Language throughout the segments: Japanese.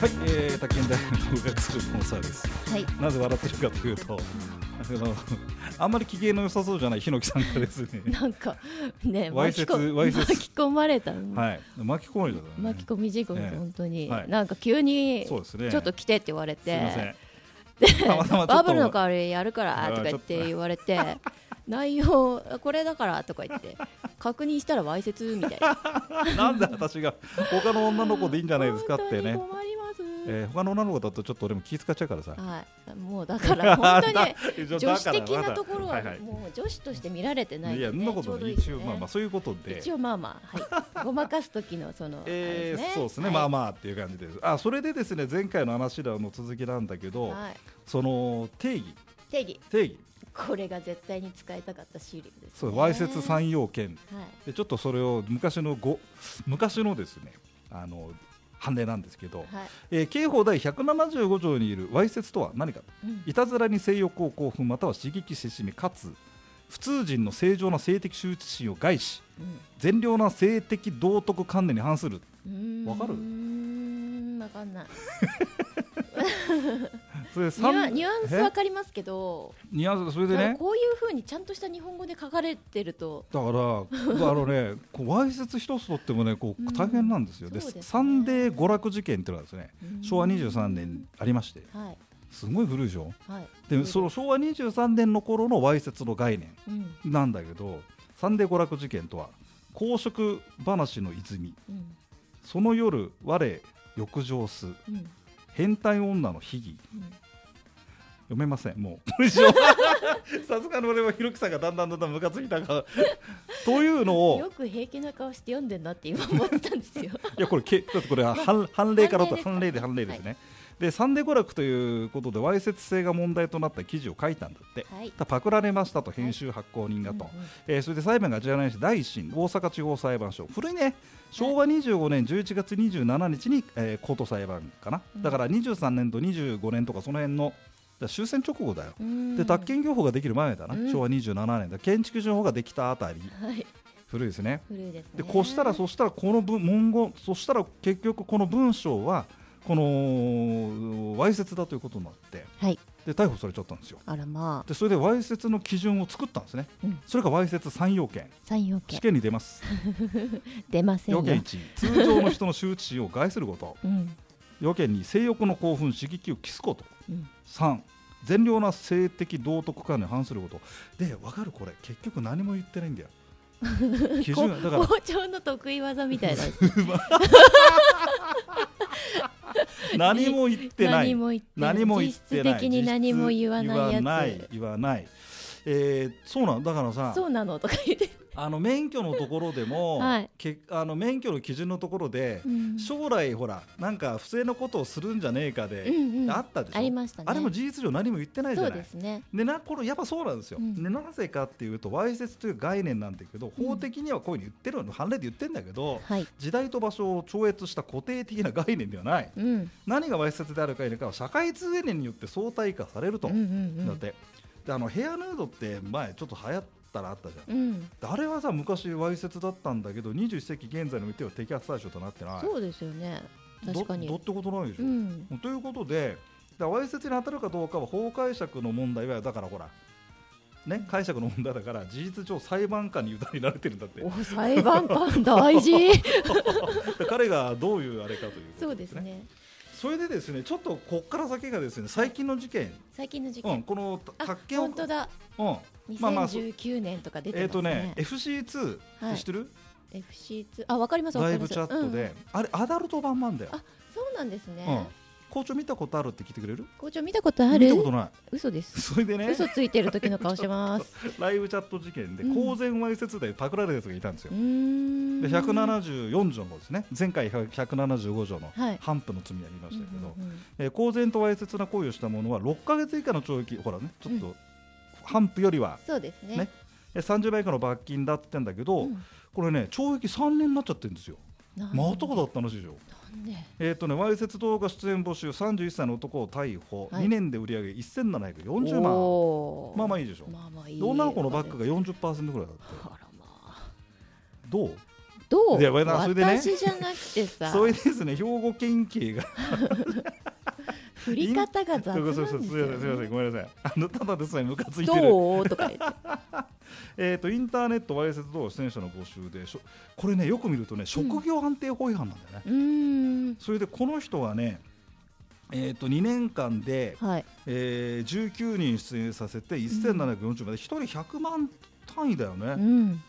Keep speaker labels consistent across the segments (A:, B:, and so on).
A: 他県大の語学スクールのサービス
B: はい
A: なぜ笑ってるかというとあのあんまり機嫌の良さそうじゃない檜さんがですね
B: なんかね
A: わい
B: 巻
A: せ
B: き
A: つ
B: 込
A: わいせつ
B: 巻き込まれたの、
A: はい巻き込まれたからね
B: 巻き込み事故です、
A: ええ
B: 本当に、
A: はい
B: なんか急にち
A: そうですね
B: ょっと来てって言われ
A: すいません
B: て、
A: たまたまちょ
B: バ
A: っ
B: ブルの
A: と
B: 代わりやるからとか言って言われて 内容これだからとか言って確認したらわいせつみたい
A: な
B: な
A: んで私が他の女の子でいいんじゃないですかってね
B: 本当に困ります、
A: えー他の女の子だとちょっと俺も気使っちゃうからさ
B: はいもうだから 本当に
A: に
B: 女子的なところは
A: はい
B: もう女子として見られてないい
A: や
B: で
A: そ
B: ね
A: んなこ
B: ちょ
A: と
B: うど
A: ない
B: い
A: い
B: です
A: 一
B: ね
A: 応まあまあそういうことで
B: 一応まあまあ、はい、ごまかす時のその、
A: え
B: あれ
A: ーそうですね、
B: はい
A: まあまあっていう感じです。あそれでですね前回の話らの続きなんだけど、
B: はい、
A: その定義
B: 定義
A: 定義
B: これが絶対に使いたかった資料です、ね、
A: そうわいせつ三要件
B: はい
A: でちょっとそれを昔のご昔のですねあの判例なんですけど、
B: はい、
A: えー刑法第175条にいるわいせつとは何か
B: うん
A: いたずらに性欲を興奮または刺激せしめかつ普通人の正常な性的羞恥心を害し善良な性的道徳観念に反する
B: うん、
A: わかる
B: うーんわかんない
A: それ
B: ニュア
A: 三
B: ニュアンス
A: え
B: わかりますけど、
A: ニュアンスそれで
B: なん
A: ね
B: かこういうふうにちゃんとした日本語で書かれてると
A: だからあのねこうわいせつ一つとってもねこ
B: う
A: うん大変なんですよ、で
B: そうですね
A: サンデー娯楽事件っていうのはですね昭和23年ありまして
B: はい
A: すごい古いでしょ
B: はい
A: でその昭和23年の頃のわいせつの概念
B: うん
A: なんだけどサンデー娯楽事件とは公職話の泉
B: うん
A: その夜我浴場す
B: うん
A: 変態女の秘技
B: うん
A: 読めませんもうこ れ以上さすがの俺はひろきさんがだんだんだんだんムカついたから というのを
B: よく平気な顔して読んでんなって今思ったん ですよ。
A: いやこれけだってこれは判判例からと判
B: 判
A: 例で
B: 例ですか
A: 判例ですね。でサンデー娯楽ということでわいせつ性が問題となった記事を書いたんだって。
B: はい。
A: ただパクられましたと編集発行人がと、
B: うんうん
A: えーそれで裁判が事案にして第一審大阪地方裁判所古いね昭和25年11月27日に、えー高等裁判かな、
B: うん
A: だから23年と25年とかその辺のだから終戦直後だよ、
B: うん
A: で宅建業法ができる前だな、
B: うん
A: 昭和27年だ建築基準法ができたあたり
B: はい。
A: 古いですね
B: 古いですね。
A: でこうしたらそしたらこの文文言そしたら結局この文章はこのわいせつだということになって
B: はい。
A: で逮捕されちゃったんですよ
B: あらまあ
A: でそれでわいせつの基準を作ったんですね、
B: うん
A: それがわいせつ3要件
B: 三要
A: 試
B: 件
A: 験に出ます
B: 出ません
A: 要件
B: よ。
A: 1通常の人の周知心を害すること
B: うん
A: 要件2性欲の興奮刺激を期すこと
B: うん
A: 3善良な性的道徳観に反することでわかるこれ結局何も言ってないんだ よ基
B: こ
A: 準だから
B: 校長の得意技みたいな
A: 何も言ってない
B: 何も言ってない
A: 何も言ってない
B: 実質的に何も言わないやつ
A: 言わない言わないえーそうなんだからさ
B: そうなのとか言って、
A: あの免許のところでも、
B: はい
A: けあの免許の基準のところで、
B: うん
A: 将来ほらなんか不正なことをするんじゃねえかで、
B: うんうん
A: あったでしょ
B: ありましたね
A: あれも事実上何も言ってないじ
B: そ
A: ゃ
B: う
A: ない
B: ですね
A: でなこれやっぱそうなんですよ、
B: うん
A: でなぜかっていうとわいせつという概念なんだけど法的にはこういうふうに言ってるの判例で言ってるんだけど、
B: はい
A: 時代と場所を超越した固定的な概念ではない
B: うん
A: 何がわいせつであるか否かは社会通念によって相対化されると、
B: うんうん
A: だってであのヘアヌードって前ちょっと流行ったらあったじゃん
B: うんうん
A: であれはさ昔わいせつだったんだけど21世紀現在においては摘発対象となってない
B: そうですよね
A: ど
B: 確か
A: どう
B: に
A: ってことないでしょ、
B: うん
A: ということでだわいせつに当たるかどうかは法解釈の問題はだからほらね解釈の問題だから事実上裁判官に委ねられてるんだって
B: お裁判官大 事
A: で彼がどういうあれかということ
B: そうですね
A: それでですねちょっとこっから先がですね最近の事件、
B: 最近の事
A: うん、
B: 件
A: この
B: あ
A: 宅建を
B: 本当だ
A: うんまあまあそう
B: 2019年とか出
A: え
B: て
A: っ、
B: ま
A: と
B: す
A: ね
B: ね
A: FC2
B: は
A: って
B: い
A: 知ってる、
B: FC2 あわかりますわか
A: ライ
B: りま
A: ブ
B: す
A: チャットで、
B: うん
A: あれアダルト版なんだよ
B: あそうなんです
A: うん
B: ね、
A: 校長見たことあるって聞いてくれる
B: 校長見たことあ
A: 見
B: る
A: たことない
B: 嘘です
A: それでね
B: 嘘ついてる時の顔し てます
A: ライブチャット事件で
B: うん
A: 公然わいせつ罪パクられたやつがいたんですよ
B: う、ーん
A: で174条の方ですね前回175条の
B: はい
A: 反布の罪やりましたけど、
B: うんうんうん
A: えー公然とわいせつな行為をした者は6か月以下の懲役ほらねちょっと反布よりは
B: そうですね
A: ねえー30倍以下の罰金だって言ってんだけど、
B: うん
A: これね懲役3年になっちゃってるんですよ
B: なん
A: まただったらしいでしょ
B: なんで
A: えーとね、わいせつ動画出演募集31歳の男を逮捕、
B: はい
A: 2年で売り上げ1740万
B: おー
A: まあまあいいでしょ、
B: まあまあいい
A: で女の子のバッグが40%ぐらいだった
B: あらまあ
A: どう
B: どう
A: いやまあそれでね
B: 私じゃなくてさ
A: それですね兵庫県警が
B: 振り方が雑
A: そ
B: なん
A: う
B: で
A: そ
B: す
A: うそうすみ
B: よ
A: ませんすみません
B: ね
A: ごめんなさいあのただでさえムカついてる
B: どうとか言って
A: えーとインターネットわいせつ道出演者の募集でしょこれねよく見るとね職業安定法違反なんだよね、
B: うーん
A: それでこの人はねえー、と2年間で、
B: はい
A: えー19人出演させて1740まで1人100万単位だよ
B: う
A: ね、
B: ん
A: うん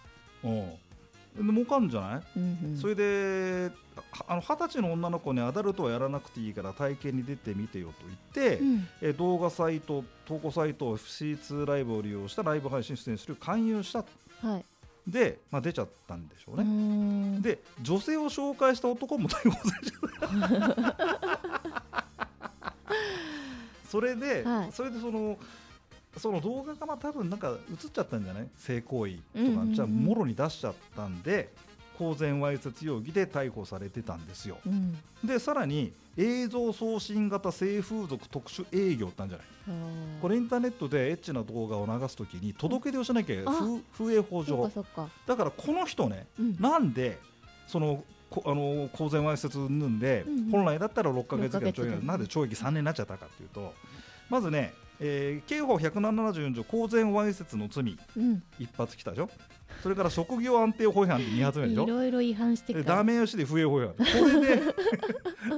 A: で儲かんじゃない
B: うんうん
A: それではあの二十歳の女の子にアダルトはやらなくていいから体験に出てみてよと言って、
B: うん
A: え動画サイト投稿サイト FC2 ライブを利用したライブ配信出演する勧誘した
B: はい
A: で、まあ、出ちゃったんでしょう
B: うー
A: ね、
B: ん
A: で女性を紹介した男も逮捕されちゃ ったそれで、
B: はい
A: それでそのその動画がまあ多分なんか映っちゃったんじゃない性行為とか、
B: うんうんうん
A: じゃあもろに出しちゃったんで公然わいせつ容疑で逮捕されてたんですよ
B: うん
A: でさらに映像送信型性風俗特殊営業ってあるんじゃない
B: あー
A: これインターネットでエッチな動画を流すときに届け出をしなきゃ
B: あ
A: 風風営法
B: そっ
A: 上
B: かそっか
A: だからこの人ね
B: うん
A: なんでそのこあの公然わいせつうんぬんで、
B: うんうん
A: 本来だったら6か月ぐらいの懲
B: 六ヶ
A: 役
B: 月
A: なんで懲役3年になっちゃったかというとまずね、えー刑法174条公然わいせつの罪
B: うん
A: 一発きたでしょそれから職業安定法違反で2発目で
B: い
A: しょ
B: ろいろ違反して
A: で
B: く
A: ダ
B: か
A: メ押しで不営法違反これで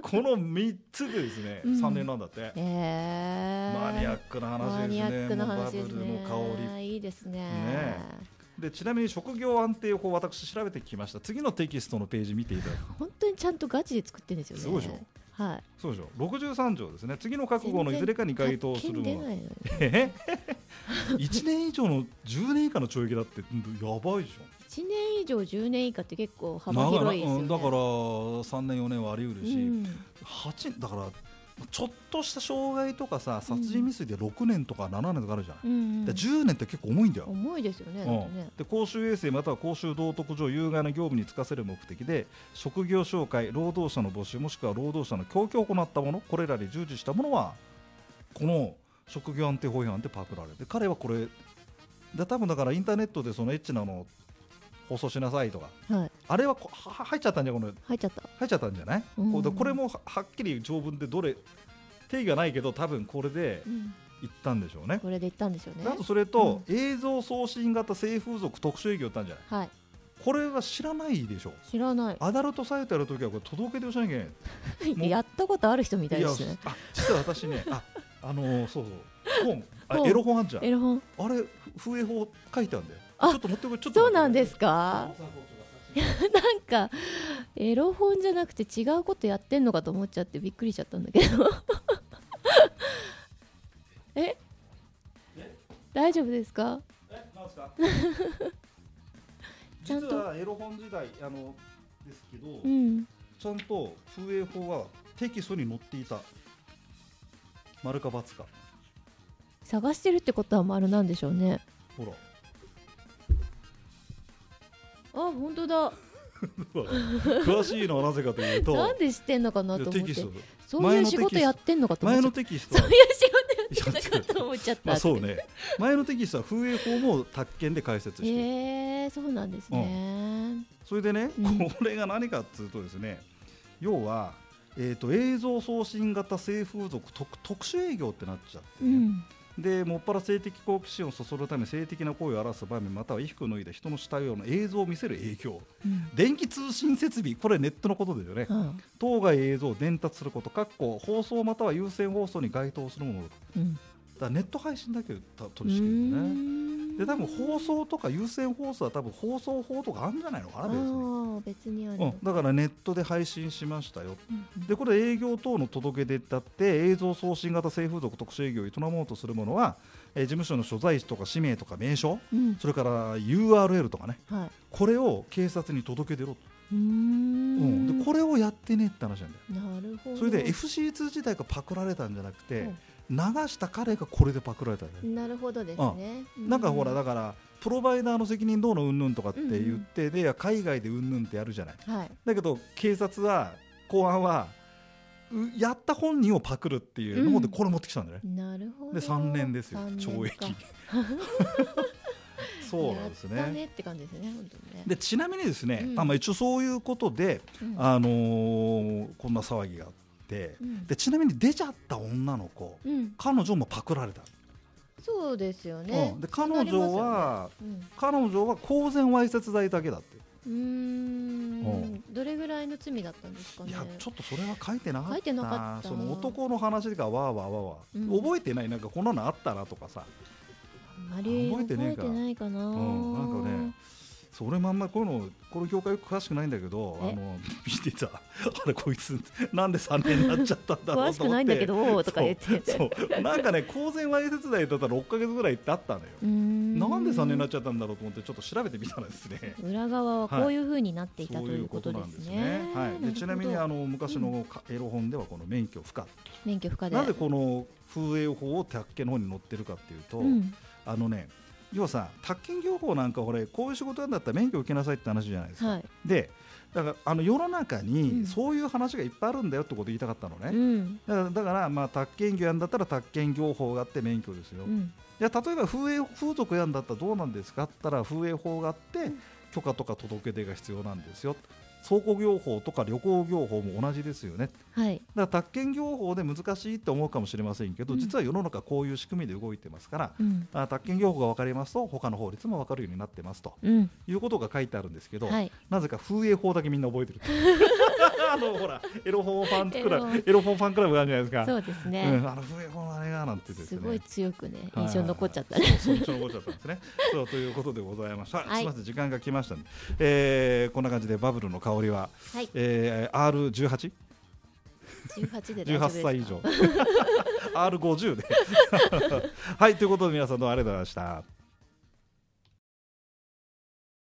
A: この3つでですね
B: うん
A: 3年なんだって、
B: らえ
A: マニアックな
B: マ
A: 話です
B: ニア
A: ね
B: ックな
A: もう
B: 話ですね
A: バブルの香り
B: いいですね
A: ねでちなみに職業安定法私調べてきました次のテキストのページ見ていただく
B: 本当にちゃんとガチで作ってるんですよね
A: すごいでしょ
B: はい
A: そうでしょ63条ですね次の覚悟のいずれかに該当する
B: 全然
A: もの
B: 出ないのよ
A: え1年以上の10年以下の懲役だってやばいじゃ
B: 1年以上10年以下って結構
A: ん
B: 幅広いですよ
A: 長い
B: ね
A: なうんだから3年4年はあり得るし、
B: うん
A: 八だからちょっとした傷害とかさ殺人未遂で6年とか7年とかあるじゃない、
B: うんうん
A: だから10年って結構重いんだよ、
B: 重いですよねだってね
A: うん、で公衆衛生または公衆道徳上有害な業務に就かせる目的で職業紹介労働者の募集もしくは労働者の供給を行ったものこれらに従事したものはこの職業安定法違反でパクられるで彼はこれで多分だからインターネットでそのエッチなのを放送しなさいとか
B: はい
A: あれはこはは入っちゃったんじゃこの
B: 入っちゃった
A: 入っちゃったんじゃない、
B: うん
A: こうでこれもははっきり条文でどれ定義がないけど多分これで
B: うん
A: 言ったんでしょうね。
B: これで行ったんでしょうね
A: あとそれと、映像送信型性風俗特殊営業ってあるんじゃない
B: はい
A: これは知らないでしょ
B: 知らない
A: アダルトサイトやるときはこれ届け出をしなきゃいけないもう
B: やったことある人みたい
A: いや
B: ですね
A: あ実は私ねああのーそうそう本あ
B: 本
A: エロ本あんじゃん
B: エロ本
A: あれふ風営法書いてあるんだよ
B: あ
A: ちょっと持ってこいちょっと
B: そうなん
A: 待っ
B: で
A: て
B: すか なんかエロ本じゃなくて違うことやってんのかと思っちゃってびっくりしちゃったんだけど え大丈夫ですか
A: えなんですか
B: ちゃんと
A: 実はエロ本時代あのですけど、
B: うん
A: ちゃんと風営法はテキストに載っていた丸か×か
B: 探してるってことは丸なんでしょうね
A: ほら
B: あ本当だ
A: 詳しいのはなぜかというと
B: なんで知ってんのかない
A: や
B: と思っ
A: テ
B: て
A: キスト
B: そういう仕
A: 前のテキス
B: 事
A: ト
B: やってんのかと思
A: 前
B: っちゃ
A: の
B: っ
A: テキスト
B: た
A: は
B: そういう仕事
A: いや
B: やってんのかと思っちゃった
A: まあそうね前のテキストは風営法も宅建で解説している、
B: へえー、そうなんですね、
A: それでね、
B: うん
A: これが何かっていうとですね要は、えー、と映像送信型性風俗特特殊営業ってなっちゃって
B: う
A: ね、
B: ん
A: でもっぱら性的好奇心をそそるため性的な行為を表す場面または衣服を脱いだ人の死体用の映像を見せる営業
B: うん
A: 電気通信設備これネットのことですよね
B: うん
A: 当該映像を伝達することかっこ放送または優先放送に該当するものだと
B: うん
A: だからネット配信だけた取
B: う
A: り仕切るんだね。
B: ん
A: で多分放送とか優先放送は多分放送法とかあるんじゃないのかな別に、
B: ああ別にある
A: う
B: の
A: ん、だからネットで配信しましたよ
B: うんうん
A: でこれ営業等の届け出だって映像送信型性風俗特殊営業を営もうとするものは、えー事務所の所在地とか氏名とか名称
B: うん
A: それから URL とかね
B: はい
A: これを警察に届け出ろと、
B: うー
A: うんん、でこれをやってねって話なんだよ
B: なるほど
A: それで FC2 自体がパクられたんじゃなくて、
B: うん
A: 流した彼がこれでパクられたんだよね
B: なるほどですね
A: なんかほらだ
B: は
A: からプロバイダーの責任どうのうんぬんとかって言って、でいや海外でうんぬんってやるじゃない
B: い
A: だけど警察は公安はうやった本人をパクるっていうの
B: うん
A: でこれ持ってきたんだね、
B: なるほど
A: で3年ですよ
B: 三年
A: 懲
B: か
A: 役そうなんです
B: やった
A: ね
B: ねって感じですね本当にね
A: でちなみにですね、
B: うん
A: あまあ、一応そういうことで、
B: うん
A: あのーこんな騒ぎがあって
B: うん
A: でちなみに出ちゃった女の子
B: うん、
A: 彼女もパクられた、
B: そうですよね
A: うん、で彼女は、
B: うん
A: 彼女は公然わいせつ罪だけだって
B: うーん
A: う
B: どれぐらいの罪だったんですか
A: い
B: ね
A: やちょっとそれは書いてなかった
B: 書いてなかった
A: その男の話がわーわーわーわー、
B: うん
A: 覚えてないなんかこんなのあったなとかさ
B: あんまり
A: 覚
B: 覚
A: えて
B: え
A: ねえ
B: て
A: か
B: ないかな、
A: うんなんかねそれもあんまりこういうのこの業界よく詳しくないんだけどあ
B: え
A: の見てた あれこいつなんで3年になっちゃったんだろ
B: 詳
A: う
B: し
A: と
B: く
A: 思
B: な
A: っ
B: いんだけ
A: て
B: どとか言って
A: そうそうなんかね公然わいせつ罪だったら6か月ぐらいってあったのよ
B: うーん
A: なんで3年になっちゃったんだろうと思ってちょっと調べてみたらですね
B: 裏側はこういう風になっていた、
A: そう
B: と
A: い
B: いうう
A: こ
B: ことと
A: な
B: で
A: ん
B: す
A: です
B: ね
A: ね。。はい、でちなみにあ
B: の
A: の昔のかエロ本ではこの免許不可、
B: 免許不可で
A: なぜこの風営法を宅建の方に載ってるかっていうと、
B: うん
A: あのね要はさ宅建業法なんかこれこういう仕事なんだったら免許受けなさいって話じゃないですか、
B: はい
A: でだからあの世の中
B: う
A: に
B: ん
A: そういう話がいっぱいあるんだよってことを言いたかったのね、
B: うん
A: だからだからまあ宅建業やんだったら宅建業法があって免許ですよ、
B: う
A: い
B: ん
A: や例えば風営風俗やんだったらどうなんですかって言ったら風営法があって許可とか届け出が必要なんですよ倉庫業法とか旅行業法も同じですよね
B: はい
A: だから宅建業法で難しいって思うかもしれませんけど、
B: うん
A: 実は世の中こういう仕組みで動いてますから
B: うん
A: あ宅建業法が分かりますと他の法律も分かるようになってますと
B: うん
A: いうことが書いてあるんですけど、
B: はい
A: なぜか風営法だけみんな覚えてる あのほらエロ本ファンクラ
B: エ
A: ブ
B: ロ
A: エロ本ファンクラブがあるじゃないですか
B: そうです
A: う
B: ね、
A: ん、あの風営法のあれがなんて言ってです
B: す
A: ね
B: ごい強くね
A: はい
B: 印象に残っちゃったね、
A: そうそう印象に残っちゃったんです ねそうということでございました、
B: はい
A: すみません時間が来ましたんで、えーこんな感じでバブルの香りは、
B: はい
A: えー R18
B: 18で大丈夫です
A: 18
B: か
A: 歳以上 R50 ではいということで皆さんどうもありがとうございました